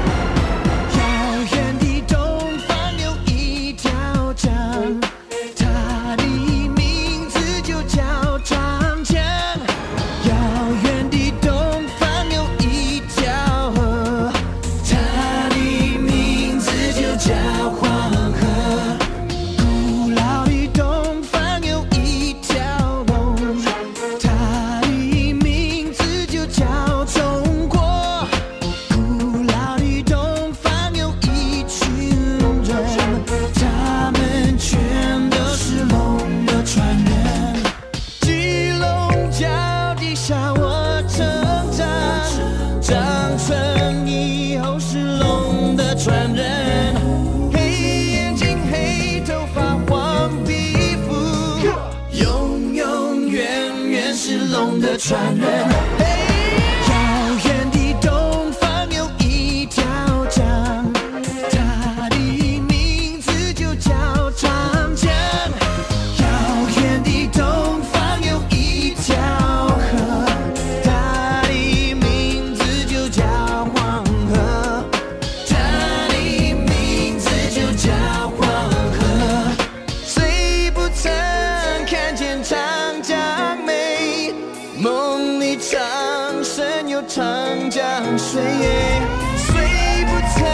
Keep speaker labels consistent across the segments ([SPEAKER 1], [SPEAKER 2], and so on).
[SPEAKER 1] 遥远的东方有一条江，它的名字就叫长江。遥远的东方有一条河，它的名字就叫黄河。古老的东方有一条龙，它的名字就叫中国。古老的东方有一群人，他们全都是龙的传人。基隆脚底下我成长，长成以后是龙的传人。黑眼睛，黑头发，黄皮肤，永永远远是龙的传人。遥远的东方有一条江，它的名字就叫长江。遥远的东方有一条河，它的名字就叫黄河，它的名字就叫黄河。虽不曾看见长江美，梦里长生有长江水。虽不曾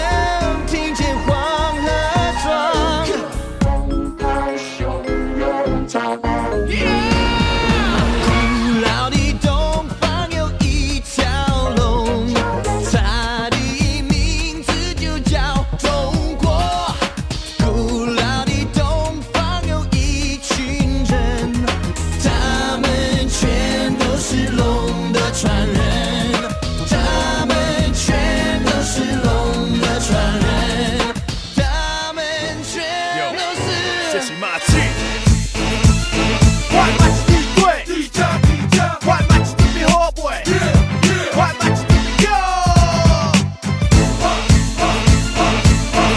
[SPEAKER 1] 听见黄河壮。古老的东方有一条龙，它的名字就叫中国。古老的东方有一群人，他们全都是龙的传人，他们全都是龙的传人，他们全都是。
[SPEAKER 2] 这起骂气。Why much deep way? Why much deep me whole boy? Why much deep me go?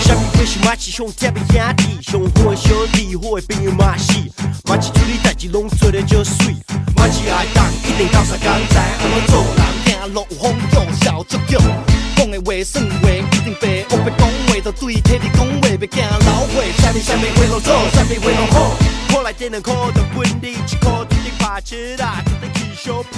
[SPEAKER 3] 啥物计是马戏上贴的兄弟，上好的小弟，好的朋友马戏，马戏处理代志拢做得足水，马戏爱当一定到啥工知安怎做人，
[SPEAKER 4] 行路有风叫，笑足叫，讲的话算话一定白，黑白讲话就对体力讲话，别惊老话，啥物啥物话拢做，啥物话拢好。
[SPEAKER 3] 看来这两块就分你一块，一定拍切啦，一定起小拍，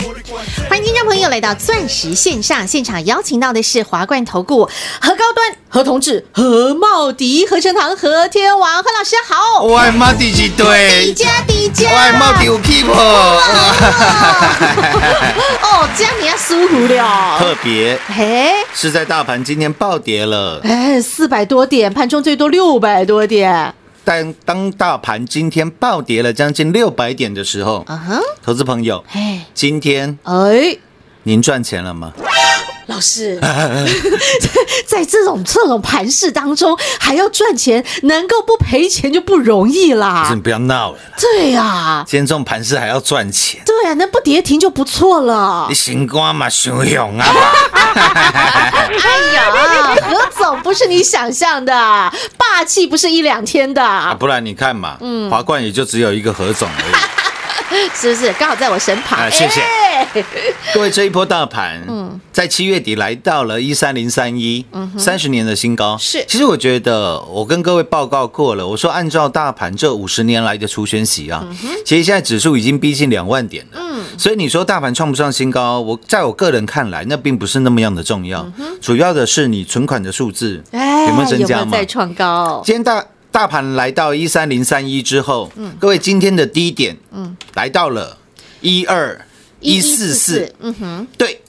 [SPEAKER 3] 无你管这。
[SPEAKER 5] 欢迎听众朋友来到钻石线上现场，邀请到的是华冠投顾何高端、何同志、何茂迪、何成堂、何天王、何老师好。
[SPEAKER 6] 我的猫第几
[SPEAKER 5] 迪
[SPEAKER 1] 哎
[SPEAKER 6] 对？
[SPEAKER 5] 迦，迪迦，
[SPEAKER 6] 我的猫第有 people，
[SPEAKER 5] 哦，这样你要舒服了。
[SPEAKER 6] 特别
[SPEAKER 5] 嘿，
[SPEAKER 6] 是在大盘今天暴跌了，
[SPEAKER 5] 哎，四百多点，盘中最多六百多点。
[SPEAKER 6] 但当大盘今天暴跌了将近六百点的时候，
[SPEAKER 5] 啊哈，
[SPEAKER 6] 投资朋友，
[SPEAKER 5] 嘿，
[SPEAKER 6] 今天
[SPEAKER 5] 哎，
[SPEAKER 6] 您赚钱了吗？
[SPEAKER 5] 老师， 在这种这种盘势当中，还要赚钱，能够不赔钱就不容易
[SPEAKER 6] 可是
[SPEAKER 5] 啦
[SPEAKER 6] 你。不要闹了啦，
[SPEAKER 5] 对呀、
[SPEAKER 6] 今天这种盘势还要赚钱，
[SPEAKER 5] 对呀、能不跌停就不错了
[SPEAKER 6] 你。心肝嘛想勇啊！
[SPEAKER 5] 哎呀，何总不是你想象的，霸气不是一两天
[SPEAKER 6] 啊，
[SPEAKER 5] 的，
[SPEAKER 6] 不然你看嘛，华冠也就只有一个何总而已。
[SPEAKER 5] 是不是？刚好在我身旁。
[SPEAKER 6] 啊谢谢
[SPEAKER 5] 哎
[SPEAKER 6] 各位，这一波大盘，
[SPEAKER 5] 嗯
[SPEAKER 6] 在七月底来到了一三零三一，三十年的新高。
[SPEAKER 5] 是
[SPEAKER 6] 其实我觉得，我跟各位报告过了，我说按照大盘这五十年来的除权息
[SPEAKER 5] 嗯
[SPEAKER 6] 啊，其实现在指数已经逼近两万点了。所以你说大盘创不创新高，我在我个人看来，那并不是那么样的重要，主要的是你存款的数字
[SPEAKER 5] 嗯哎，
[SPEAKER 6] 有没有增加
[SPEAKER 5] 有没有
[SPEAKER 6] 嘛
[SPEAKER 5] 再？创高？
[SPEAKER 6] 今天大大盘来到一三零三一之后，
[SPEAKER 5] 嗯
[SPEAKER 6] 各位今天的低点，来到了一二一四四，，
[SPEAKER 5] 嗯哼，
[SPEAKER 6] 对，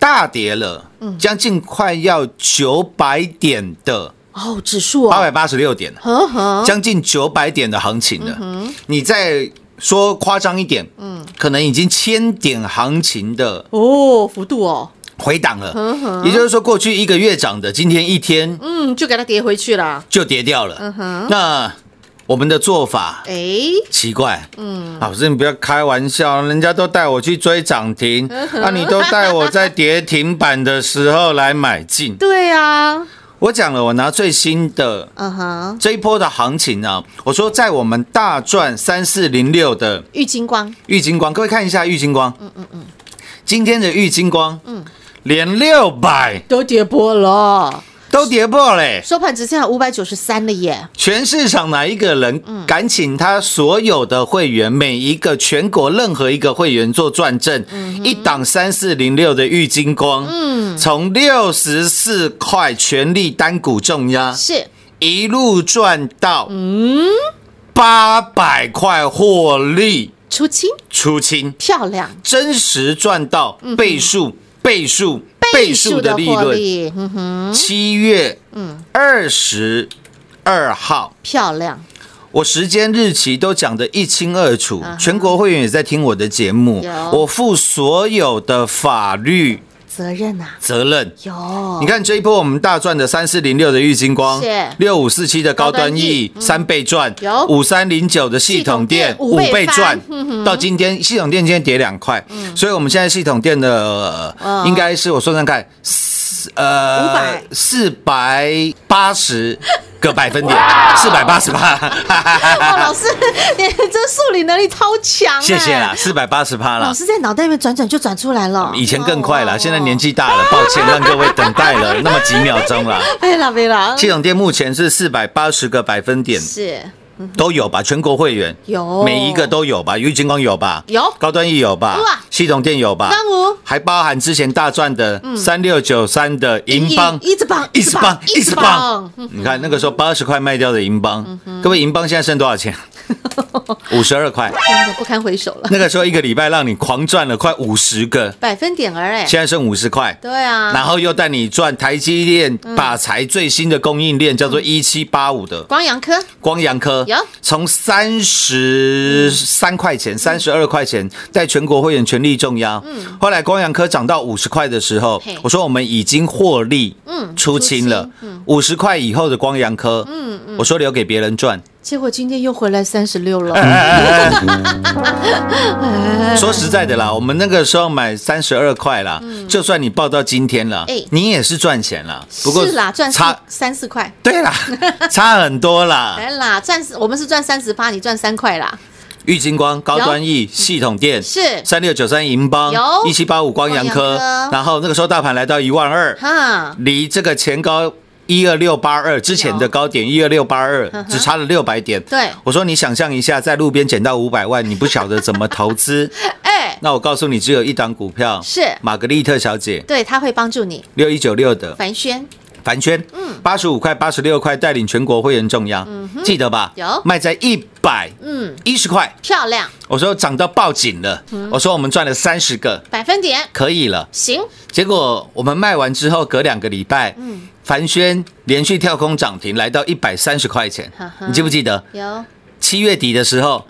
[SPEAKER 6] 大跌了，将近快要九百点的
[SPEAKER 5] 哦，指数
[SPEAKER 6] 八
[SPEAKER 5] 哦，
[SPEAKER 6] 百八十六点了，
[SPEAKER 5] 呵呵，
[SPEAKER 6] 将近九百点的行情了。你再说夸张一点，可能已经千点行情的
[SPEAKER 5] 哦，幅度哦，
[SPEAKER 1] 回档了，也就是说，过去一个月涨的，今天一天
[SPEAKER 6] 嗯，就给它跌回去了。
[SPEAKER 1] 就跌掉了。那我们的做法
[SPEAKER 6] 哎，
[SPEAKER 1] 奇怪，嗯，老师你不要开玩笑，人家都带我去追涨停，啊，你都带我在跌停板的时候来买进。
[SPEAKER 6] 对啊，
[SPEAKER 1] 我讲了，我拿最新的
[SPEAKER 6] 嗯哼，
[SPEAKER 1] 这一波的行情啊，我说在我们大赚三四零六的
[SPEAKER 6] 郁金光，
[SPEAKER 1] 玉金光，各位看一下玉金光，嗯嗯嗯，今天的玉金光，嗯，连六百
[SPEAKER 6] 都跌破了，
[SPEAKER 1] 都跌破嘞，
[SPEAKER 6] 收盘只剩下五百九十三了耶。
[SPEAKER 1] 全市场哪一个人敢请他所有的会员，每一个全国任何一个会员做转正？一档三四零六的玉金光，嗯，从六十四块全力单股重压，
[SPEAKER 6] 是，
[SPEAKER 1] 一路赚到嗯八百块获利
[SPEAKER 6] 出清，
[SPEAKER 1] 出清，
[SPEAKER 6] 漂亮，
[SPEAKER 1] 真实赚到倍数、倍数、倍数的利
[SPEAKER 6] 获
[SPEAKER 1] 润。
[SPEAKER 6] 利，嗯哼，
[SPEAKER 1] 七月二十二号。
[SPEAKER 6] 漂亮，
[SPEAKER 1] 我时间日期都讲得一清二楚，全国会员也在听我的节目
[SPEAKER 6] 嗯有，
[SPEAKER 1] 我负所有的法律
[SPEAKER 6] 责任啊，
[SPEAKER 1] 责任。
[SPEAKER 6] 有
[SPEAKER 1] 你，看这一波我们大赚的三四零六的玉金光
[SPEAKER 6] 是，
[SPEAKER 1] 六五四七的高端 E 三倍赚
[SPEAKER 6] 嗯有，
[SPEAKER 1] 五三零九的系统店
[SPEAKER 6] 系统
[SPEAKER 1] 五
[SPEAKER 6] 店五倍
[SPEAKER 1] 倍
[SPEAKER 6] 翻
[SPEAKER 1] 赚
[SPEAKER 6] 嗯，
[SPEAKER 1] 到今天系统店今天跌两块，所以我们现在系统店的
[SPEAKER 6] 嗯
[SPEAKER 1] 呃应该是我算算看，四呃
[SPEAKER 6] 500
[SPEAKER 1] 四百八十个百分点，四百八十八。
[SPEAKER 6] 哇，哦老师， 你这数理能力超强、哎
[SPEAKER 1] 谢谢啊啦，四百八十趴
[SPEAKER 6] 老
[SPEAKER 1] 啦。
[SPEAKER 6] 师哦在脑袋里面转转就转出来了，
[SPEAKER 1] 以前更快
[SPEAKER 6] 哇
[SPEAKER 1] 啦，现在年。纪大了，抱歉让各位等待 了那么几秒钟啦。
[SPEAKER 6] 没啦没啦，
[SPEAKER 1] 系统店目前是四百八十个百分点
[SPEAKER 6] 是
[SPEAKER 1] 都有吧，全国会员
[SPEAKER 6] 有
[SPEAKER 1] 每一个都有吧，玉金光有吧，
[SPEAKER 6] 有
[SPEAKER 1] 高端 E 有吧
[SPEAKER 6] 哇，
[SPEAKER 1] 系统店有吧，
[SPEAKER 6] 当五
[SPEAKER 1] 还包含之前大赚的三六九三的银邦，
[SPEAKER 6] 嗯一直棒，
[SPEAKER 1] 一直棒，一直棒
[SPEAKER 6] 嗯。
[SPEAKER 1] 你看那个时候八十块卖掉的银邦，各位银邦现在剩多少 钱？五十二块。
[SPEAKER 6] 真的不堪回首了，
[SPEAKER 1] 那个时候一个礼拜让你狂赚了快五十个，
[SPEAKER 6] 百分点儿哎，
[SPEAKER 1] 现在剩五十块。
[SPEAKER 6] 对啊，嗯
[SPEAKER 1] 然后又带你赚台积电、把财最新的供应链，叫做一七八五的
[SPEAKER 6] 光阳科
[SPEAKER 1] 光阳科
[SPEAKER 6] 有，
[SPEAKER 1] 从三十三块钱、
[SPEAKER 6] 嗯
[SPEAKER 1] 三十二块钱，在全国会员全力重压。后来光阳科涨到五十块的时候
[SPEAKER 6] 嘿，
[SPEAKER 1] 我说我们已经获利，
[SPEAKER 6] 嗯
[SPEAKER 1] 出清了。五十块以后的光阳科，
[SPEAKER 6] 嗯
[SPEAKER 1] 我说留给别人 赚。
[SPEAKER 6] 结果今天又回来三十六
[SPEAKER 1] 哎
[SPEAKER 6] 了， 嗯
[SPEAKER 1] 说实在的啦，我们那个时候买三十二块啦，就算你报到今天了
[SPEAKER 6] 嗯哎，
[SPEAKER 1] 你也是赚钱啦。不过
[SPEAKER 6] 是啦，赚四
[SPEAKER 1] 差啊
[SPEAKER 6] 三四块，
[SPEAKER 1] 对 啦，差很多啦。
[SPEAKER 6] 来啦，赚我们是赚三十八，你赚三块啦，
[SPEAKER 1] 玉金光、高端 E 系统店
[SPEAKER 6] 是
[SPEAKER 1] 三六九三银邦
[SPEAKER 6] 有
[SPEAKER 1] 一七八五光阳科
[SPEAKER 6] 光阳科，
[SPEAKER 1] 然后那个时候大盘来到一万二，
[SPEAKER 6] 哈，
[SPEAKER 1] 离这个前高。一二六八二之前的高点一二六八二，只差了六百点。
[SPEAKER 6] 对
[SPEAKER 1] 我说你想象一下，在路边捡到五百万，你不晓得怎么投 资。
[SPEAKER 6] 哎，
[SPEAKER 1] 那我告诉你，只有一档股票，
[SPEAKER 6] 是
[SPEAKER 1] 玛格丽特小姐
[SPEAKER 6] 对，他会帮助你，
[SPEAKER 1] 六一九六的
[SPEAKER 6] 凡轩
[SPEAKER 1] 凡圈，
[SPEAKER 6] 嗯
[SPEAKER 1] 八十五块、八十六块带领全国会员重压，记得吧？
[SPEAKER 6] 有
[SPEAKER 1] 卖在一百，嗯，一十块。
[SPEAKER 6] 漂亮，
[SPEAKER 1] 我说涨到报警了，
[SPEAKER 6] 嗯
[SPEAKER 1] 我说我们赚了三十个，
[SPEAKER 6] 百分点
[SPEAKER 1] 可以了。
[SPEAKER 6] 行，
[SPEAKER 1] 结果我们卖完之后，隔两个礼拜，
[SPEAKER 6] 嗯
[SPEAKER 1] 凡轩连续跳空涨停，来到一百三十块钱
[SPEAKER 6] 哈哈。嗯
[SPEAKER 1] 你记不记得
[SPEAKER 6] 有
[SPEAKER 1] 七月底的时候，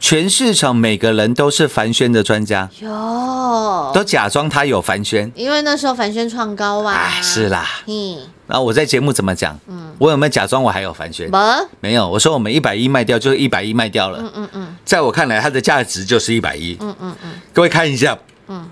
[SPEAKER 1] 全市场每个人都是凡轩的专家，
[SPEAKER 6] 有，
[SPEAKER 1] 都假装他有凡轩。
[SPEAKER 6] 因为那时候凡轩创高啊，
[SPEAKER 1] 哎，是，啦。
[SPEAKER 6] 嗯，
[SPEAKER 1] 然后我在节目怎么讲？我有没有假装我还有凡轩？
[SPEAKER 6] 没。
[SPEAKER 1] 没有，我说我们一百一卖掉就是一百一卖掉了。嗯嗯嗯，在我看来，它的价值就是一百一。嗯嗯嗯，各位看一下，嗯，哦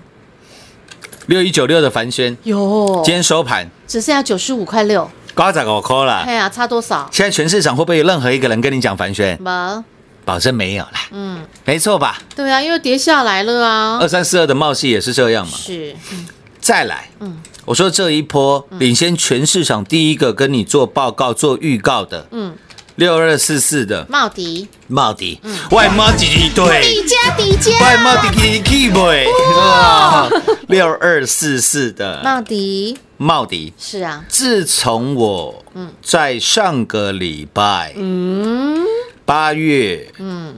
[SPEAKER 1] 六一九六的凡轩
[SPEAKER 6] 有，
[SPEAKER 1] 今天啊收盘
[SPEAKER 6] 只剩下九十五块六，
[SPEAKER 1] 高涨我扣了
[SPEAKER 6] 哎。呀，差多少？
[SPEAKER 1] 现在全市场会不会有任何一个人跟你讲凡轩？
[SPEAKER 6] 没，
[SPEAKER 1] 保证没有啦。嗯，没错吧？
[SPEAKER 6] 对啊，因为跌下来了啊。
[SPEAKER 1] 二三四二的茂系也是这样嘛。
[SPEAKER 6] 是，
[SPEAKER 1] 再来，嗯，我说这一波领先全市场第一个跟你做报告、做预告的，嗯，六二四四的
[SPEAKER 6] 茂迪，
[SPEAKER 1] 茂迪，外贸几一对。
[SPEAKER 6] 底加底加，
[SPEAKER 1] 外贸的 k k boy，哇，六二四四的
[SPEAKER 6] 茂迪
[SPEAKER 1] 茂迪。
[SPEAKER 6] 是啊，
[SPEAKER 1] 自从我在上个礼拜，嗯，八月，嗯，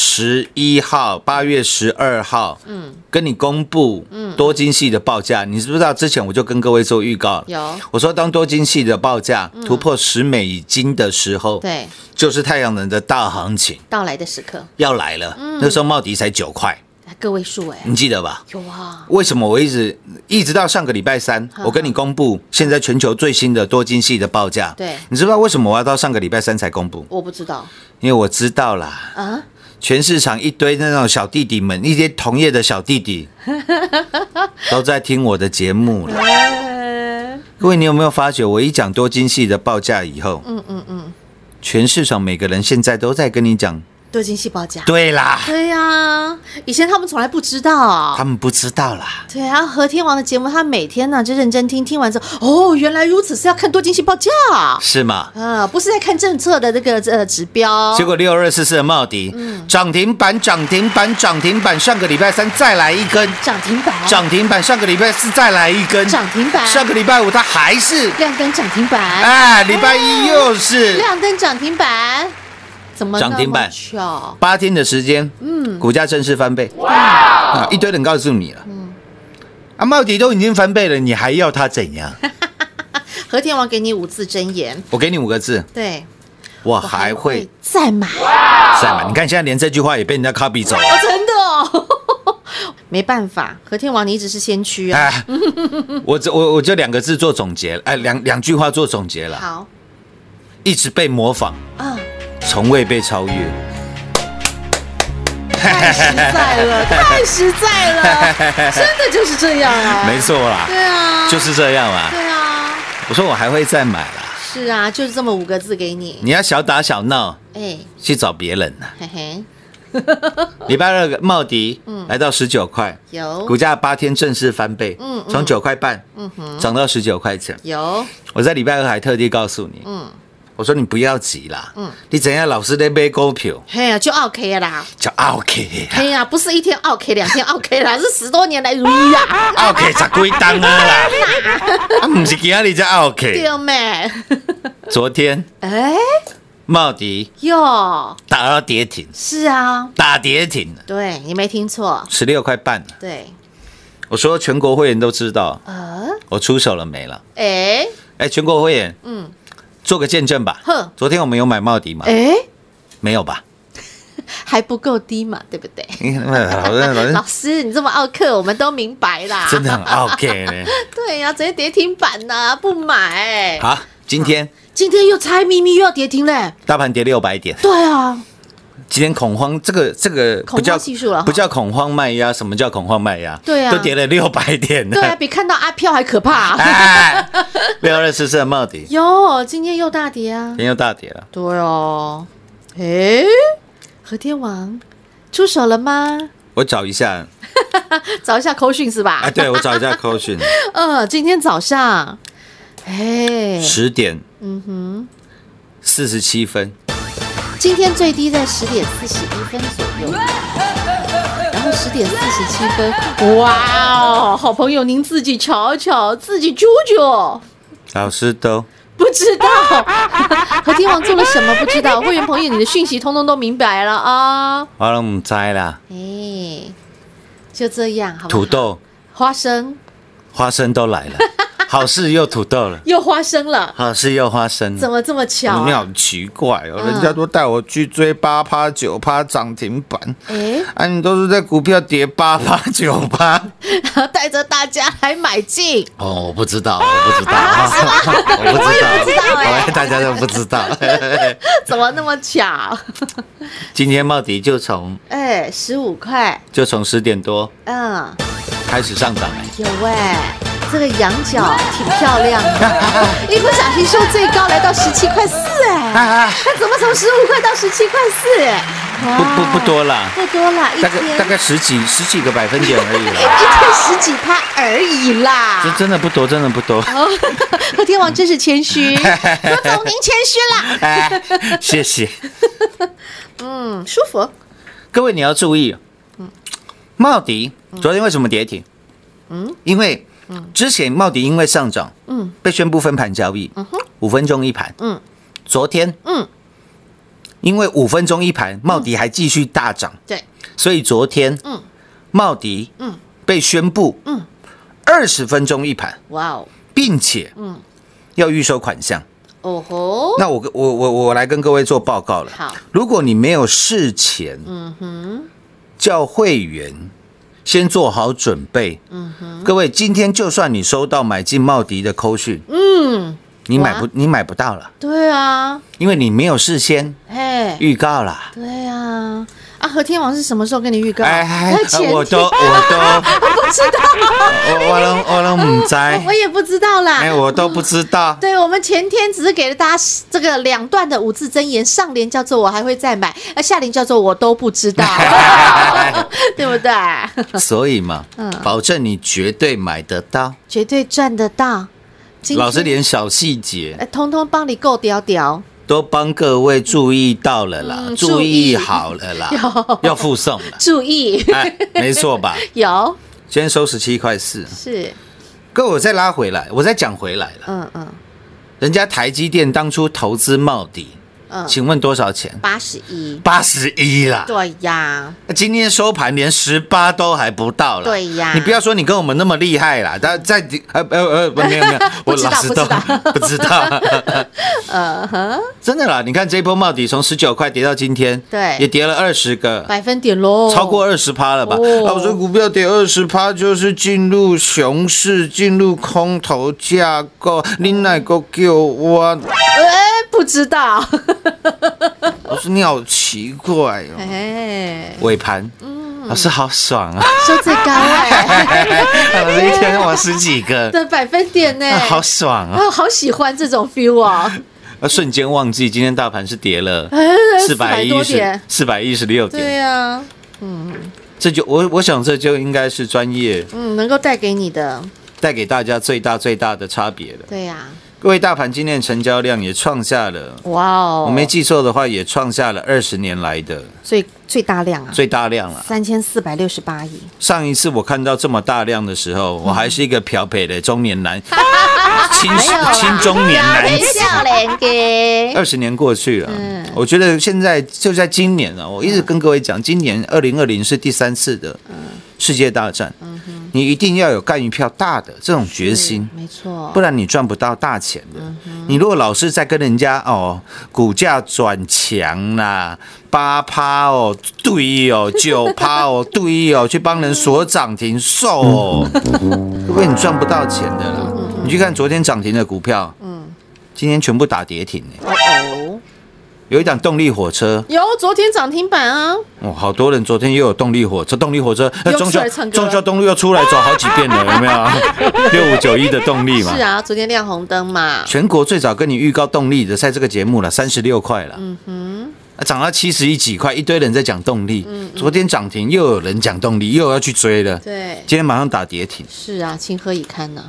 [SPEAKER 1] 十一号，八月十二号，嗯，跟你公布，多晶系的报价，你知不知道？之前我就跟各位做预告了，
[SPEAKER 6] 有
[SPEAKER 1] 我说当多晶系的报价突破十美金的时候，，
[SPEAKER 6] 对，
[SPEAKER 1] 就是太阳能的大行情
[SPEAKER 6] 到来的时刻，
[SPEAKER 1] 嗯要来了。那时候茂迪才九块。
[SPEAKER 6] 啊个位数哎，
[SPEAKER 1] 你记得吧？
[SPEAKER 6] 有啊，
[SPEAKER 1] 为什么我一直一直到上个礼拜三，我跟你公布现在全球最新的多晶系的报价？
[SPEAKER 6] 对
[SPEAKER 1] 你知不知道为什么我要到上个礼拜三才公布？
[SPEAKER 6] 我不知道
[SPEAKER 1] 因为我知道啦，
[SPEAKER 6] 啊，
[SPEAKER 1] 全市场一堆那种小弟弟们，一些同业的小弟 弟，都在听我的节目了。各位，你有没有发觉，我一讲多晶系的报价以后，嗯嗯嗯，全市场每个人现在都在跟你讲，
[SPEAKER 6] 多晶细胞价。
[SPEAKER 1] 对啦，
[SPEAKER 6] 对呀、以前他们从来不知
[SPEAKER 1] 他
[SPEAKER 6] 道。
[SPEAKER 1] 们不知道啦。
[SPEAKER 6] 对啊，和天王的节目，他每天呢就认真听，听完之后，哦，原来如此，是要看多晶细报价，
[SPEAKER 1] 是吗？
[SPEAKER 6] 啊，不是在看政策的这个呃指标。
[SPEAKER 1] 结果六二四四的茂迪涨停板，涨停板，涨停板，上个礼拜三再来一根
[SPEAKER 6] 涨停板，
[SPEAKER 1] 涨停板，上个礼拜四再来一根
[SPEAKER 6] 涨停板
[SPEAKER 1] 上个礼拜五它还是，
[SPEAKER 6] 亮灯涨停板，
[SPEAKER 1] 哎，礼拜一又是
[SPEAKER 6] 亮灯涨停板，怎么那
[SPEAKER 1] 涨停
[SPEAKER 6] 么
[SPEAKER 1] 板
[SPEAKER 6] 巧？
[SPEAKER 1] 八天的时间，嗯，股价正式翻倍，哇，一堆人告诉你了，啊，茂迪都已经翻倍了，你还要它怎 样？
[SPEAKER 6] 和天王给你五字真言，
[SPEAKER 1] 我给你五个字，
[SPEAKER 6] 对
[SPEAKER 1] 我
[SPEAKER 6] 我
[SPEAKER 1] 哦还会
[SPEAKER 6] 再买，哦
[SPEAKER 1] 再买。你看现在连这句话也被人家 copy 走了。
[SPEAKER 6] 真的哦， 没办法，和天王你一直是先驱 啊。
[SPEAKER 1] 哎，我这我我就两个字做总结，哎，两两句话做总结了，
[SPEAKER 6] 好，
[SPEAKER 1] 一直被模仿，
[SPEAKER 6] 嗯，
[SPEAKER 1] 从未被超越。
[SPEAKER 6] 太实在了，太实在了，真的就是这样啊。
[SPEAKER 1] 没错啦，
[SPEAKER 6] 对啊，
[SPEAKER 1] 就是这样啦。
[SPEAKER 6] 对啊，
[SPEAKER 1] 我说我还会再买啦，
[SPEAKER 6] 是啊，就是这么五个字给你。
[SPEAKER 1] 你要小打小闹
[SPEAKER 6] 哎，
[SPEAKER 1] 去找别人呐。
[SPEAKER 6] 嘿嘿，
[SPEAKER 1] 礼拜二个茂迪来到十九块，
[SPEAKER 6] 嗯有
[SPEAKER 1] 股价八天正式翻倍，
[SPEAKER 6] 嗯嗯
[SPEAKER 1] 从九块半涨到十九块钱。
[SPEAKER 6] 有，
[SPEAKER 1] 我在礼拜二还特地告诉你，
[SPEAKER 6] 嗯
[SPEAKER 1] 我说你不要急啦，
[SPEAKER 6] 嗯
[SPEAKER 1] 你怎样老是在买股票
[SPEAKER 6] 嘿呀，就 OK 啦。
[SPEAKER 1] 叫 OK 啦。
[SPEAKER 6] 嘿呀，不是一天 OK，两天 OK 啦，是十多年来如一啊。
[SPEAKER 1] 拗客十几档啊 啦，啊，唔是今日才拗客。
[SPEAKER 6] 对妹，
[SPEAKER 1] 昨天
[SPEAKER 6] 哎
[SPEAKER 1] 茂迪
[SPEAKER 6] 哟，
[SPEAKER 1] 打到跌停，
[SPEAKER 6] 是啊，
[SPEAKER 1] 打跌停了，
[SPEAKER 6] 对你没听错，
[SPEAKER 1] 十六块半了。
[SPEAKER 6] 对，
[SPEAKER 1] 我说全国会员都知道，
[SPEAKER 6] 呃，
[SPEAKER 1] 我出手了没了？
[SPEAKER 6] 哎
[SPEAKER 1] 哎，全国会员，
[SPEAKER 6] 嗯
[SPEAKER 1] 嗯，做个见证吧
[SPEAKER 6] 哼。
[SPEAKER 1] 昨天我们有买茂迪吗？
[SPEAKER 6] 哎，
[SPEAKER 1] 没有吧？
[SPEAKER 6] 还不够低嘛，对不对？
[SPEAKER 1] 你看老师哎老
[SPEAKER 6] 老
[SPEAKER 1] 师
[SPEAKER 6] 师，你这么傲客，我们都明白啦。
[SPEAKER 1] 真的很 OK 呢。
[SPEAKER 6] 对呀、直接跌停板呐、不买。
[SPEAKER 1] 好，今天
[SPEAKER 6] 今天又猜咪咪又要跌停嘞。
[SPEAKER 1] 大盘跌六百点，
[SPEAKER 6] 对啊，
[SPEAKER 1] 今天恐慌，这个这个不
[SPEAKER 6] 恐
[SPEAKER 1] 叫
[SPEAKER 6] 慌系数了哈
[SPEAKER 1] 不叫恐慌卖压，什么叫恐慌卖压？
[SPEAKER 6] 对啊
[SPEAKER 1] 都跌了六百点了。
[SPEAKER 6] 对啊，比看到阿飘还可怕、 啊。
[SPEAKER 1] 哎，六二四四的茂迪，
[SPEAKER 6] 哟，今天又大跌啊
[SPEAKER 1] 今。天又大跌了。
[SPEAKER 6] 对哦。诶，和天王出手了 吗？
[SPEAKER 1] 我找一下，
[SPEAKER 6] 找一下扣讯是吧？
[SPEAKER 1] 哎，对我找一下 c o 讯，
[SPEAKER 6] 呃，今天早上，哎，
[SPEAKER 1] 十点，嗯哼，四十七分，
[SPEAKER 6] 今天最低在十点四十一分左右，然后十点四十七分，哇哦，好朋友您自己瞧瞧，自己揪揪。
[SPEAKER 1] 老师都
[SPEAKER 6] 不知 道和天王做了什么，不知道。会员朋友，你的讯息通通都明白了啊！
[SPEAKER 1] 我都唔知啦。
[SPEAKER 6] 哎，就这样，好不好
[SPEAKER 1] 土豆、
[SPEAKER 6] 花生
[SPEAKER 1] 花生都来 了，好事又土豆了，
[SPEAKER 6] 又花生了，
[SPEAKER 1] 好事又花生了。
[SPEAKER 6] 怎么这么巧、
[SPEAKER 1] 你
[SPEAKER 6] 啊？
[SPEAKER 1] 好奇怪哦，人家都带我去追八趴九趴涨停板，
[SPEAKER 6] 哎，
[SPEAKER 1] 啊，你都是在股票跌八趴九趴。
[SPEAKER 6] 带着大家来买进，
[SPEAKER 1] 哦，我不知道，我不知道，
[SPEAKER 6] 啊
[SPEAKER 1] 我不知道，
[SPEAKER 6] 不知道哎
[SPEAKER 1] 大家都不知道。
[SPEAKER 6] 怎么那么巧？
[SPEAKER 1] 今天茂迪就从
[SPEAKER 6] 哎，十五块，
[SPEAKER 1] 就从十点多
[SPEAKER 6] 嗯，
[SPEAKER 1] 开始上涨、哎
[SPEAKER 6] 有喂、这个羊角挺漂亮的， 一不小心收最高来到十七块四，哎，
[SPEAKER 1] 啊，
[SPEAKER 6] 它怎么从十五块到十七块四？
[SPEAKER 1] 不不不多啦，
[SPEAKER 6] 不多啦，一
[SPEAKER 1] 大概
[SPEAKER 6] 天
[SPEAKER 1] 大概十几十几个百分点而已啦，
[SPEAKER 6] 一天十几趴而已
[SPEAKER 1] 这
[SPEAKER 6] 啦。
[SPEAKER 1] 真的不多，真的不 多。
[SPEAKER 6] 哦， 贺天王真是谦 虚，何总您谦虚啦，
[SPEAKER 1] 哎，谢谢
[SPEAKER 6] 嗯，舒服，
[SPEAKER 1] 各位，你要注意，茂迪昨天为什么跌停？嗯，因为之前茂迪因为上涨，
[SPEAKER 6] 嗯
[SPEAKER 1] 嗯，被宣布分盘交易，五分钟一盘，
[SPEAKER 6] 嗯
[SPEAKER 1] 嗯，昨天，
[SPEAKER 6] 嗯
[SPEAKER 1] 嗯，因为五分钟一盘，茂迪还继续大涨，
[SPEAKER 6] 对，
[SPEAKER 1] 所以昨天，
[SPEAKER 6] 嗯
[SPEAKER 1] 嗯，茂迪，嗯，被宣布，嗯，二十分钟一盘，
[SPEAKER 6] 哇哦，
[SPEAKER 1] 并且，嗯，要预收款项。
[SPEAKER 6] 哦吼，
[SPEAKER 1] 那我跟我我我来跟各位做报告了。
[SPEAKER 6] 好，
[SPEAKER 1] 如果你没有事前，嗯哼，叫会员先做好准备。嗯哼，各位，今天就算你收到买进茂迪的扣讯，
[SPEAKER 6] 嗯，
[SPEAKER 1] 你买不
[SPEAKER 6] 哇
[SPEAKER 1] 你买不到了，
[SPEAKER 6] 对啊，
[SPEAKER 1] 因为你没有事先
[SPEAKER 6] 哎，
[SPEAKER 1] 预告啦。
[SPEAKER 6] 对啊，啊，和天王是什么时候跟你预告？
[SPEAKER 1] 哎
[SPEAKER 6] 那前，天
[SPEAKER 1] 我 都我都
[SPEAKER 6] 我不知道，
[SPEAKER 1] 我我都我都唔知，
[SPEAKER 6] 我也不知道啦。
[SPEAKER 1] 哎，我都不知道。
[SPEAKER 6] 对，我们前天只是给了大家这个两段的五字真言，上联叫做“我还会再买”，而下联叫做“我都不 知道”， 对不对？
[SPEAKER 1] 所以嘛
[SPEAKER 6] 嗯，
[SPEAKER 1] 保证你绝对买得到。
[SPEAKER 6] 绝对赚得到。今天
[SPEAKER 1] 老师连小细节
[SPEAKER 6] 呃，通通帮你够屌屌，
[SPEAKER 1] 都帮各位注意到了啦
[SPEAKER 6] 嗯，
[SPEAKER 1] 注
[SPEAKER 6] 注意
[SPEAKER 1] 意好了啦
[SPEAKER 6] 有，
[SPEAKER 1] 要附送了。
[SPEAKER 6] 注意
[SPEAKER 1] 哎，没错吧？
[SPEAKER 6] 有
[SPEAKER 1] 今天收十七块四，
[SPEAKER 6] 是，
[SPEAKER 1] 各位我再拉回来，我再讲回来了。
[SPEAKER 6] 嗯嗯
[SPEAKER 1] 人家台积电当初投资茂迪，
[SPEAKER 6] 嗯，
[SPEAKER 1] 请问多少钱？
[SPEAKER 6] 八十一，
[SPEAKER 1] 八十一啦。
[SPEAKER 6] 对呀，
[SPEAKER 1] 今天收盘连十八都还不到了。
[SPEAKER 6] 对呀
[SPEAKER 1] 你不要说你跟我们那么厉害啦，但在呃呃呃，没有没 有，
[SPEAKER 6] 不
[SPEAKER 1] 我
[SPEAKER 6] 知道嗯
[SPEAKER 1] 老师都 不知道。 真的啦，你看这一波茂底从十九块跌到今天，
[SPEAKER 6] 对
[SPEAKER 1] 也跌了二十个。
[SPEAKER 6] 百分点喽，
[SPEAKER 1] 超过二十趴了吧？
[SPEAKER 6] 哦
[SPEAKER 1] 啊，我说股票跌二十趴就是进入熊市，进入空头架构。你哪个给我？
[SPEAKER 6] 哎，不知道，
[SPEAKER 1] 我说你好奇怪哦。
[SPEAKER 6] 哎，
[SPEAKER 1] 尾盘，老师好爽啊！
[SPEAKER 6] 说最高哎，
[SPEAKER 1] 老 师一天玩十几 个，
[SPEAKER 6] 的百分点呢
[SPEAKER 1] 啊，， 好爽啊！
[SPEAKER 6] 啊，好喜欢这种 feel 哦，
[SPEAKER 1] 啊瞬间忘记今天大盘是跌了四百
[SPEAKER 6] 400多
[SPEAKER 1] 一十
[SPEAKER 6] 点
[SPEAKER 1] 哎四百一十六
[SPEAKER 6] 对啊
[SPEAKER 1] 点，
[SPEAKER 6] 呀，
[SPEAKER 1] 这就我我想这就应该是专业
[SPEAKER 6] 嗯，能够带给你的，
[SPEAKER 1] 带给大家最大最大的差别了。
[SPEAKER 6] 对啊呀，
[SPEAKER 1] 各位，大盘今天的成交量也创下了，
[SPEAKER 6] 哇哦，
[SPEAKER 1] 我没记错的话也创下了二十年来的
[SPEAKER 6] 最最大量啊，
[SPEAKER 1] 最大量了。
[SPEAKER 6] 三千四百六十八亿，
[SPEAKER 1] 上一次我看到这么大量的时候，我还是一个漂北的中年 男，青青中年男
[SPEAKER 6] 没
[SPEAKER 1] 子。
[SPEAKER 6] 笑脸给，
[SPEAKER 1] 二十年过去了，
[SPEAKER 6] 嗯
[SPEAKER 1] 我觉得现在就在今年啊，我一直跟各位讲，今年二零二零是第三次的世界大战，你一定要有干一票大的这种决心。
[SPEAKER 6] 嗯没错，
[SPEAKER 1] 不然你赚不到大钱的。你如果老是在跟人家哦，股价转强啦，八趴哦，对哦，九趴哦， 对哦，去帮人锁涨停售哦，
[SPEAKER 6] 嗯
[SPEAKER 1] 因为你赚不到钱的啦。你去看昨天涨停的股票，今天全部打跌停欸
[SPEAKER 6] 哦哦，
[SPEAKER 1] 有一档动力火车，
[SPEAKER 6] 有昨天涨停板啊，
[SPEAKER 1] 哦，好多人昨天又有动力火车，动力火车，呃
[SPEAKER 6] 又
[SPEAKER 1] 中
[SPEAKER 6] 出
[SPEAKER 1] 秋
[SPEAKER 6] 来唱歌
[SPEAKER 1] 中秋东路又出来走好几遍了，有没有？六五九一的动力嘛，
[SPEAKER 6] 是啊，昨天亮红灯嘛，
[SPEAKER 1] 全国最早跟你预告动力的，在这个节目了，三十六块了。嗯哼。涨到七十一几块，一堆人在讲动力。昨天涨停，又有人讲动力，又要去追了。
[SPEAKER 6] 对，
[SPEAKER 1] 今天马上打跌停，
[SPEAKER 6] 是啊，情何以堪呐、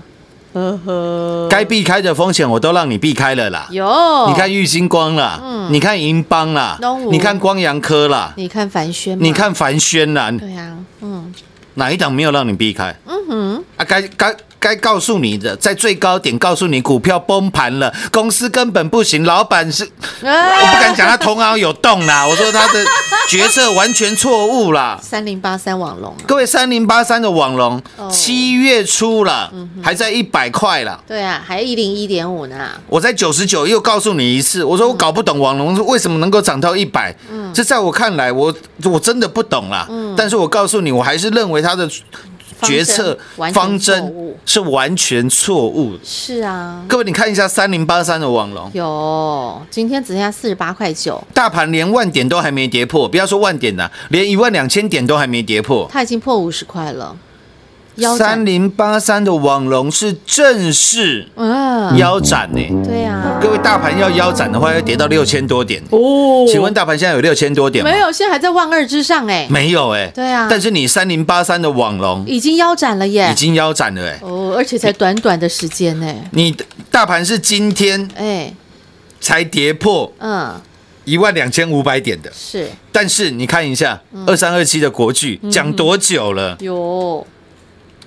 [SPEAKER 1] 该避开的风险我都让你避开了啦。
[SPEAKER 6] 有，
[SPEAKER 1] 你看玉星光啦，你看银邦啦
[SPEAKER 6] 东，吴
[SPEAKER 1] 你看光阳科啦，
[SPEAKER 6] 你看凡轩嘛，
[SPEAKER 1] 你看凡轩啦，
[SPEAKER 6] 对啊，嗯，
[SPEAKER 1] 哪一档没有让你避开？嗯哼，啊，该该该告诉你的，在最高点告诉你股票崩盘了，公司根本不行，老板是，我不
[SPEAKER 6] 啊
[SPEAKER 1] 敢讲他头脑有洞啦，我说他的决策完全错误啦。
[SPEAKER 6] 三零八三网龙、啊，
[SPEAKER 1] 各位，三零八三的网龙
[SPEAKER 6] 哦嗯
[SPEAKER 1] 七月初了，还在一百块了。
[SPEAKER 6] 对啊，还一零一点五呢，
[SPEAKER 1] 我在九十九又告诉你一次，我说我搞不懂网龙是为什么能够涨到一百，
[SPEAKER 6] 嗯
[SPEAKER 1] 这在我看来，我我真的不懂啦。但是我告诉你，我还是认为他的决策方
[SPEAKER 6] 方针完全错
[SPEAKER 1] 针
[SPEAKER 6] 误
[SPEAKER 1] 是完全错误的。
[SPEAKER 6] 是啊，
[SPEAKER 1] 各位，你看一下三零八三的网龙，
[SPEAKER 6] 有，今天只剩下四十八块九，
[SPEAKER 1] 大盘连万点都还没跌破，不要说万点啦、连一万两千点都还没跌破。
[SPEAKER 6] 它已经破五十块了，腰
[SPEAKER 1] 三
[SPEAKER 6] 斩，
[SPEAKER 1] 零八三的网龙是正式
[SPEAKER 6] 嗯，
[SPEAKER 1] 腰斩呢、
[SPEAKER 6] 对啊，
[SPEAKER 1] 各位，大盘要腰斩的话，要跌到六千多点。
[SPEAKER 6] 哦
[SPEAKER 1] 请问大盘现在有六千多点吗？
[SPEAKER 6] 没有，现在还在万二之上哎、
[SPEAKER 1] 没有哎、
[SPEAKER 6] 对啊
[SPEAKER 1] 但是你三零八三的网龙
[SPEAKER 6] 已经腰斩了耶，
[SPEAKER 1] 已经腰斩了哎、
[SPEAKER 6] 哦，而且才短短的时间呢、
[SPEAKER 1] 你大盘是今天
[SPEAKER 6] 哎，
[SPEAKER 1] 才跌破
[SPEAKER 6] 嗯，
[SPEAKER 1] 一万两千五百点的，
[SPEAKER 6] 是
[SPEAKER 1] 但是你看一下
[SPEAKER 6] 嗯
[SPEAKER 1] 二三二七的国巨讲多久了？
[SPEAKER 6] 有，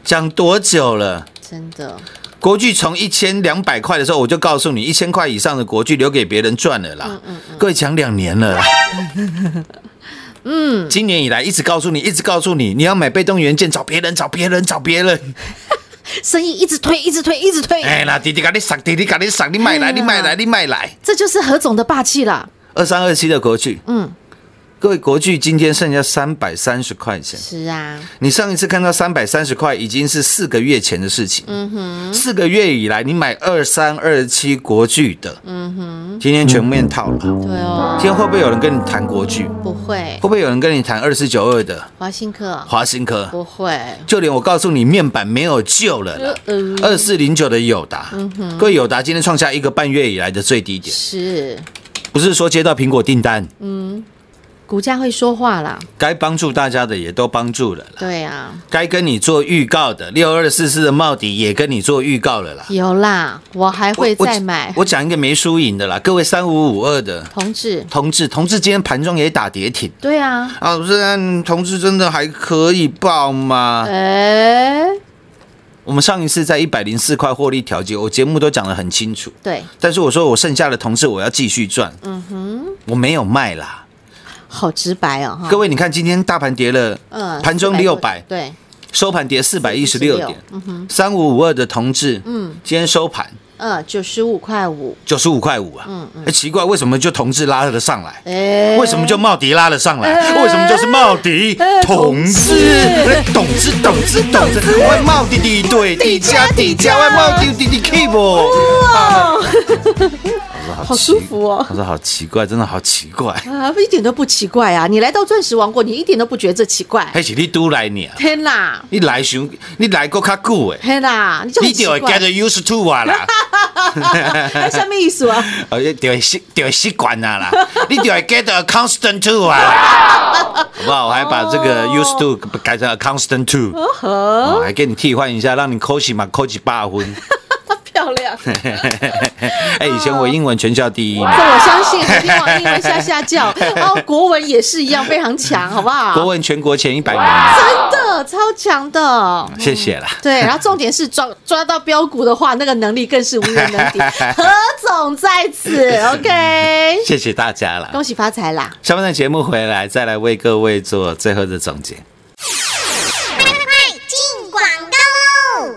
[SPEAKER 1] 讲多久了？
[SPEAKER 6] 真的，
[SPEAKER 1] 国巨从一千两百块的时候，我就告诉你，一千块以上的国巨留给别人赚了啦。各位讲两年了啦。嗯，今年以来一直告诉你，一直告诉你，你要买被动元件，找别人，找别人，找别人。
[SPEAKER 6] 生意一直推，一直推，一直推，
[SPEAKER 1] 哎啦，弟弟赶紧上，弟弟赶紧上，你卖来，你卖来，你卖来。
[SPEAKER 6] 这就是何总的霸气啦。
[SPEAKER 1] 二三二七的国巨，
[SPEAKER 6] 嗯，
[SPEAKER 1] 各位，国巨今天剩下三百三十块钱。
[SPEAKER 6] 是啊，
[SPEAKER 1] 你上一次看到三百三十块，已经是四个月前的事情。嗯哼，四个月以来，你买二三二七国巨的，嗯哼，今天全面套了。今
[SPEAKER 6] 对哦，
[SPEAKER 1] 天会不会有人跟你谈国巨？会
[SPEAKER 6] 不会，
[SPEAKER 1] 不会有人跟你谈二四九二的
[SPEAKER 6] 华新科
[SPEAKER 1] 华新科？
[SPEAKER 6] 不会，
[SPEAKER 1] 就连我告诉你面板没有救了啦
[SPEAKER 6] 呃呃，
[SPEAKER 1] 二四零九的友达，各位友达今天创下一个半月以来的最低点，
[SPEAKER 6] 是
[SPEAKER 1] 不是说接到苹果订单，
[SPEAKER 6] 股价会说话啦，
[SPEAKER 1] 该帮助大家的也都帮助了啦，
[SPEAKER 6] 对啊，
[SPEAKER 1] 该跟你做预告的六二四四的茂迪也跟你做预告了啦，
[SPEAKER 6] 有啦，我还会
[SPEAKER 1] 我
[SPEAKER 6] 再买
[SPEAKER 1] 我。我讲一个没输赢的啦，各位三五五二的
[SPEAKER 6] 同志，
[SPEAKER 1] 同志，同志今天盘中也打跌停
[SPEAKER 6] 对啊，
[SPEAKER 1] 啊，不是嗯同志真的还可以报吗？
[SPEAKER 6] 哎、
[SPEAKER 1] 我们上一次在一百零四块获利调节，我节目都讲得很清楚。
[SPEAKER 6] 对，
[SPEAKER 1] 但是我说我剩下的同事我要继续赚，嗯哼，我没有卖啦。
[SPEAKER 6] 好直白哦，哈，
[SPEAKER 1] 各位，你看今天大盘跌了，
[SPEAKER 6] 嗯，
[SPEAKER 1] 盘中
[SPEAKER 6] 400
[SPEAKER 1] 六
[SPEAKER 6] 多
[SPEAKER 1] 百，
[SPEAKER 6] 对，
[SPEAKER 1] 收盘跌四百一十六点，
[SPEAKER 6] 嗯哼，
[SPEAKER 1] 三五五二的同志，嗯，今天收盘
[SPEAKER 6] 嗯，九十五块五，
[SPEAKER 1] 九十五块五啊，嗯嗯，奇怪，为什么就同志拉了上来？
[SPEAKER 6] 哎，
[SPEAKER 1] 为什么就茂迪拉了上来？
[SPEAKER 6] 哎
[SPEAKER 1] 为什么就是茂迪同志？哎董志董志董志，外茂弟弟对底加底加外茂弟弟弟 keep 哦。
[SPEAKER 6] 好舒服哦
[SPEAKER 1] 他说好奇怪，真的好奇怪。
[SPEAKER 6] 啊，一点都不奇怪啊！你来到钻石王国，你一点都不觉得这奇怪。
[SPEAKER 1] 还是你都来你啊？
[SPEAKER 6] 天哪，
[SPEAKER 1] 你来想，你来过较久诶，
[SPEAKER 6] 天哪，你就很
[SPEAKER 1] 你
[SPEAKER 6] 奇
[SPEAKER 1] 就会 get
[SPEAKER 6] 怪，
[SPEAKER 1] used to 啊啦，
[SPEAKER 6] 那什么意 思啊？
[SPEAKER 1] 呃，就会习就会习惯啊啦，你就会 get constant to 啊啦，好不好？我还把这个
[SPEAKER 6] 哦
[SPEAKER 1] used to 改成 constant to，、哦、还给你替换一下，让你扣起嘛扣起八分。
[SPEAKER 6] 漂亮，这
[SPEAKER 1] 哎、以前我英文全校第一名，
[SPEAKER 6] 我相信，昨天往英文下下叫，哦，国文也是一样非常强，好不好？
[SPEAKER 1] 国文全国前一百名，
[SPEAKER 6] 真的超强的。
[SPEAKER 1] 谢谢啦。
[SPEAKER 6] 对，然后重点是抓抓到标股的话，那个能力更是无人能 敌。何总在此，OK，
[SPEAKER 1] 谢谢大家啦！
[SPEAKER 6] 恭喜发财啦！
[SPEAKER 1] 下半段节目回来，再来为各位做最后的总结。
[SPEAKER 7] 进广告喽！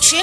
[SPEAKER 5] 全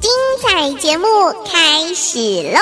[SPEAKER 7] 精彩节目开始喽！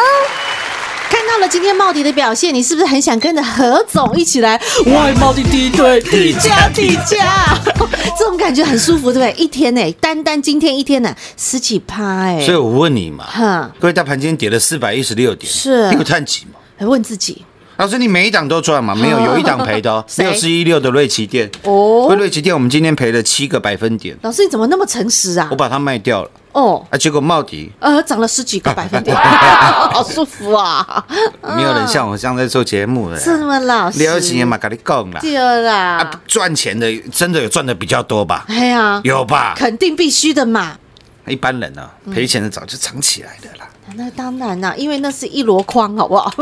[SPEAKER 6] 看到了今天茂迪的表现，你是不是很想跟着何总一起来？哇，茂迪第一队，底价底价， 这种感觉很舒服，对不对？一天呢、单单今天一天呢、十几趴哎、
[SPEAKER 1] 所以我问你嘛，
[SPEAKER 6] 哼，
[SPEAKER 1] 各位大盘今天跌了四百一十六点，
[SPEAKER 6] 是
[SPEAKER 1] 你有探几吗？
[SPEAKER 6] 还问自己，
[SPEAKER 1] 老啊师，你每一档都赚吗？没有，有一档赔的哦
[SPEAKER 6] 谁
[SPEAKER 1] 六四一六的瑞奇店。
[SPEAKER 6] 哦
[SPEAKER 1] 各位，瑞奇店我们今天赔了七个百分点，
[SPEAKER 6] 老师你怎么那么诚实啊
[SPEAKER 1] 我？把它卖掉了
[SPEAKER 6] 哦，
[SPEAKER 1] 啊，结果茂迪
[SPEAKER 6] 呃，涨了十几个百分 点，好舒服啊！
[SPEAKER 1] 没有人像我这样在做节目的，
[SPEAKER 6] 这么老实，
[SPEAKER 1] 了解嘛，跟你讲啦，
[SPEAKER 6] 对
[SPEAKER 1] 啊
[SPEAKER 6] 啦，，
[SPEAKER 1] 赚钱的真的有赚的比较多 吧？
[SPEAKER 6] 哎呀，
[SPEAKER 1] 有啊吧？
[SPEAKER 6] 肯定必须的嘛。
[SPEAKER 1] 一般人啊，
[SPEAKER 6] 嗯
[SPEAKER 1] 赔钱的早就藏起来了啦。
[SPEAKER 6] 那当然啦、因为那是一箩筐，好不 好？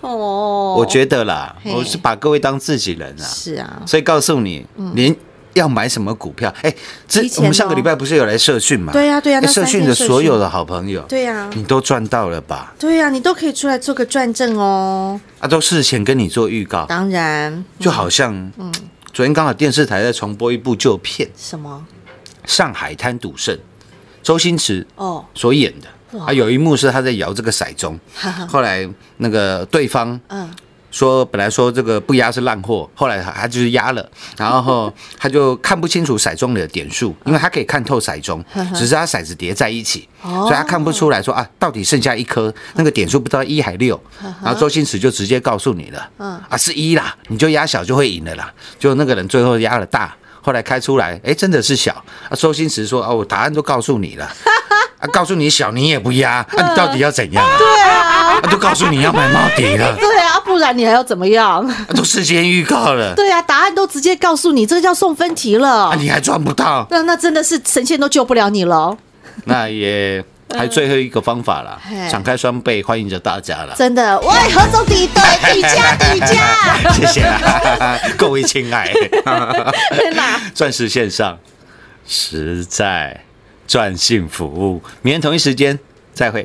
[SPEAKER 6] 哦，
[SPEAKER 1] 我觉得啦，
[SPEAKER 6] 嘿
[SPEAKER 1] 我是把各位当自己人啊，
[SPEAKER 6] 是啊，
[SPEAKER 1] 所以告诉你，连要买什么股票，哎，这
[SPEAKER 6] 提前哦
[SPEAKER 1] 我们上个礼拜不是有来社训嘛？
[SPEAKER 6] 对呀对呀啊
[SPEAKER 1] 哎
[SPEAKER 6] 那
[SPEAKER 1] 社
[SPEAKER 6] 三天
[SPEAKER 1] 训的
[SPEAKER 6] 社训
[SPEAKER 1] 所有的好朋友，
[SPEAKER 6] 对啊呀
[SPEAKER 1] 你都赚到了吧？
[SPEAKER 6] 对呀、你都可以出来做个转正哦。
[SPEAKER 1] 啊，都事前跟你做预告，
[SPEAKER 6] 当然，嗯
[SPEAKER 1] 就好像，昨天刚好电视台在重播一部旧片《
[SPEAKER 6] 什么？
[SPEAKER 1] 上海滩赌圣》，周星驰
[SPEAKER 6] 哦
[SPEAKER 1] 所演的。
[SPEAKER 6] 哇
[SPEAKER 1] 啊，有一幕是他在摇这个骰盅，后来那个对方
[SPEAKER 6] 嗯，
[SPEAKER 1] 说本来说这个不压是烂货，后来他他就是压了，然 后他就看不清楚骰盅里的点数，因为他可以看透骰盅，只是他骰子叠在一起，
[SPEAKER 6] 哦
[SPEAKER 1] 所以他看不出来说啊到底剩下一颗
[SPEAKER 6] 嗯
[SPEAKER 1] 那个点数不知道一还六，然后周星驰就
[SPEAKER 6] 嗯
[SPEAKER 1] 直接告诉你了，啊是一啦，你就压小就会赢了啦，结果那个人最后压了大。后来开出来，哎，真的是小。啊，周星驰说，哦，我答案都告诉你了，啊，告诉你小你也不压，啊，你到底要怎样？
[SPEAKER 6] 嗯对
[SPEAKER 1] 啊，
[SPEAKER 6] 啊，
[SPEAKER 1] 都告诉你要买猫底了，
[SPEAKER 6] 对啊，不然你还要怎么样？
[SPEAKER 1] 啊都事先预告了，
[SPEAKER 6] 对啊，答案都直接告诉你，这叫送分题了
[SPEAKER 1] 啊，。你还赚不到，
[SPEAKER 6] 那那真的是神仙都救不了你了，
[SPEAKER 1] 那也还最后一个方法啦
[SPEAKER 6] 嘿，
[SPEAKER 1] 敞开双臂欢迎着大家啦。
[SPEAKER 6] 真的。喂，何总底对 底价底价，
[SPEAKER 1] 谢谢 啦，各位亲爱，
[SPEAKER 6] 天哪！
[SPEAKER 1] 钻石线上实在赚幸福，明天同一时间再会。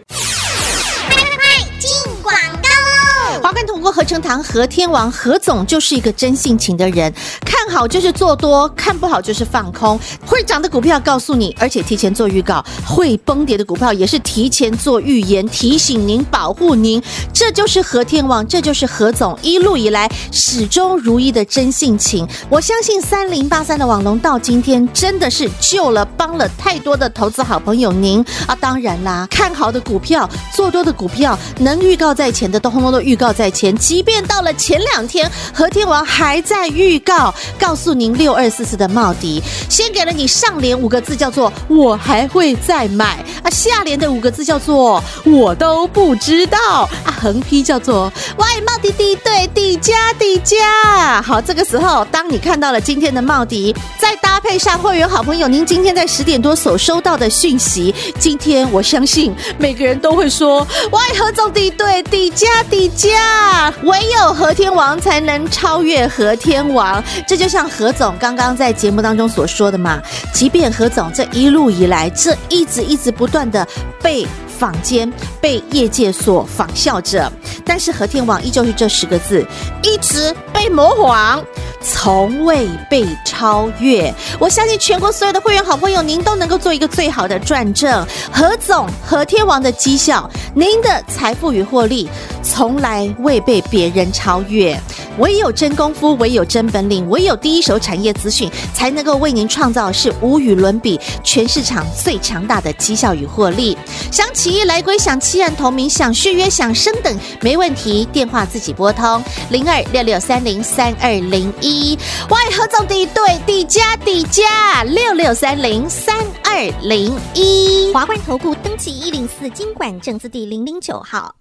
[SPEAKER 7] 进广告喽！
[SPEAKER 6] 华冠同锅合成堂何天王何总就是一个真性情的人，看好就是做多，看不好就是放空。会涨的股票告诉你，而且提前做预告；会崩跌的股票也是提前做预言，提醒您、保护您。这就是何天王，这就是何总一路以来始终如一的真性情。我相信三零八三的网龙到今天真的是救了、帮了太多的投资好朋友您啊！当然啦，看好的股票、做多的股票，能预告在前的都通通都预告在前。即便到了前两天，和天王还在预告，告诉您六二四四的茂迪，先给了你上联五个字叫做“我还会再买”，啊，下联的五个字叫做“我都不知道”，啊，横批叫做“外茂迪迪对底价底价”。好，这个时候，当你看到了今天的茂迪，再搭配上会员好朋友您今天在十点多所收到的讯息，今天我相信每个人都会说：“喂，何总敌对底价底价，唯有何天王才能超越何天王。”这就像何总刚刚在节目当中所说的嘛，即便何总这一路以来，这一直一直不断的被。坊间被业界所仿效着，但是和天王依旧是这十个字，一直被模仿，从未被超越。我相信全国所有的会员好朋友，您都能够做一个最好的转正。何总、和天王的绩效，您的财富与获利，从来未被别人超越。唯有真功夫，唯有真本领，唯有第一手产业资讯，才能够为您创造是无与伦比、全市场最强大的绩效与获利。想起义来归，想弃暗投明，想续约，想升等，没问题，电话自己拨通零二六六三零三二零一。喂，何总敌对底价底价六六三零三二零一。
[SPEAKER 7] 华冠投顾登记一零四经管证字第零零九号。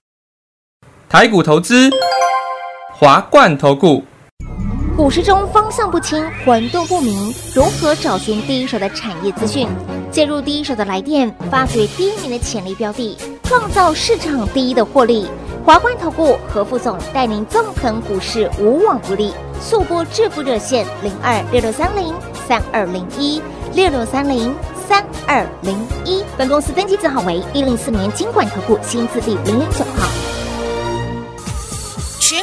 [SPEAKER 8] 台股投资，华冠投顾，
[SPEAKER 7] 股市中方向不清、混沌不明，如何找寻第一手的产业资讯？介入第一手的来电，发掘第一名的潜力标的，创造市场第一的获利。华冠投顾何副总带领纵横股市，无往不利。速播致富热线零二六六三零三二零一六六三零三二零一。本公司登记字号为一零四年经管投顾新字第零零九号。
[SPEAKER 5] 全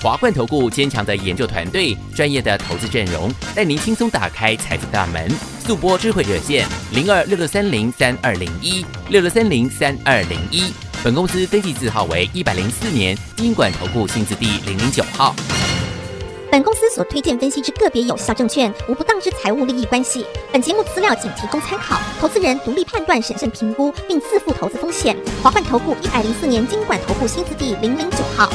[SPEAKER 9] 华冠投顾坚强的研究团队，专业的投资阵容，带您轻松打开财富大门。速播智慧热线零二六六三零三二零一六六三零三二零一。本公司登记字号为一百零四年金管投顾新字第零零九号。
[SPEAKER 7] 本公司所推荐分析之个别有效证券，无不当之财务利益关系。本节目资料仅提供参考，投资人独立判断、审慎评估，并自负投资风险。华冠投顾一百零四年经管投顾新字第零零九号。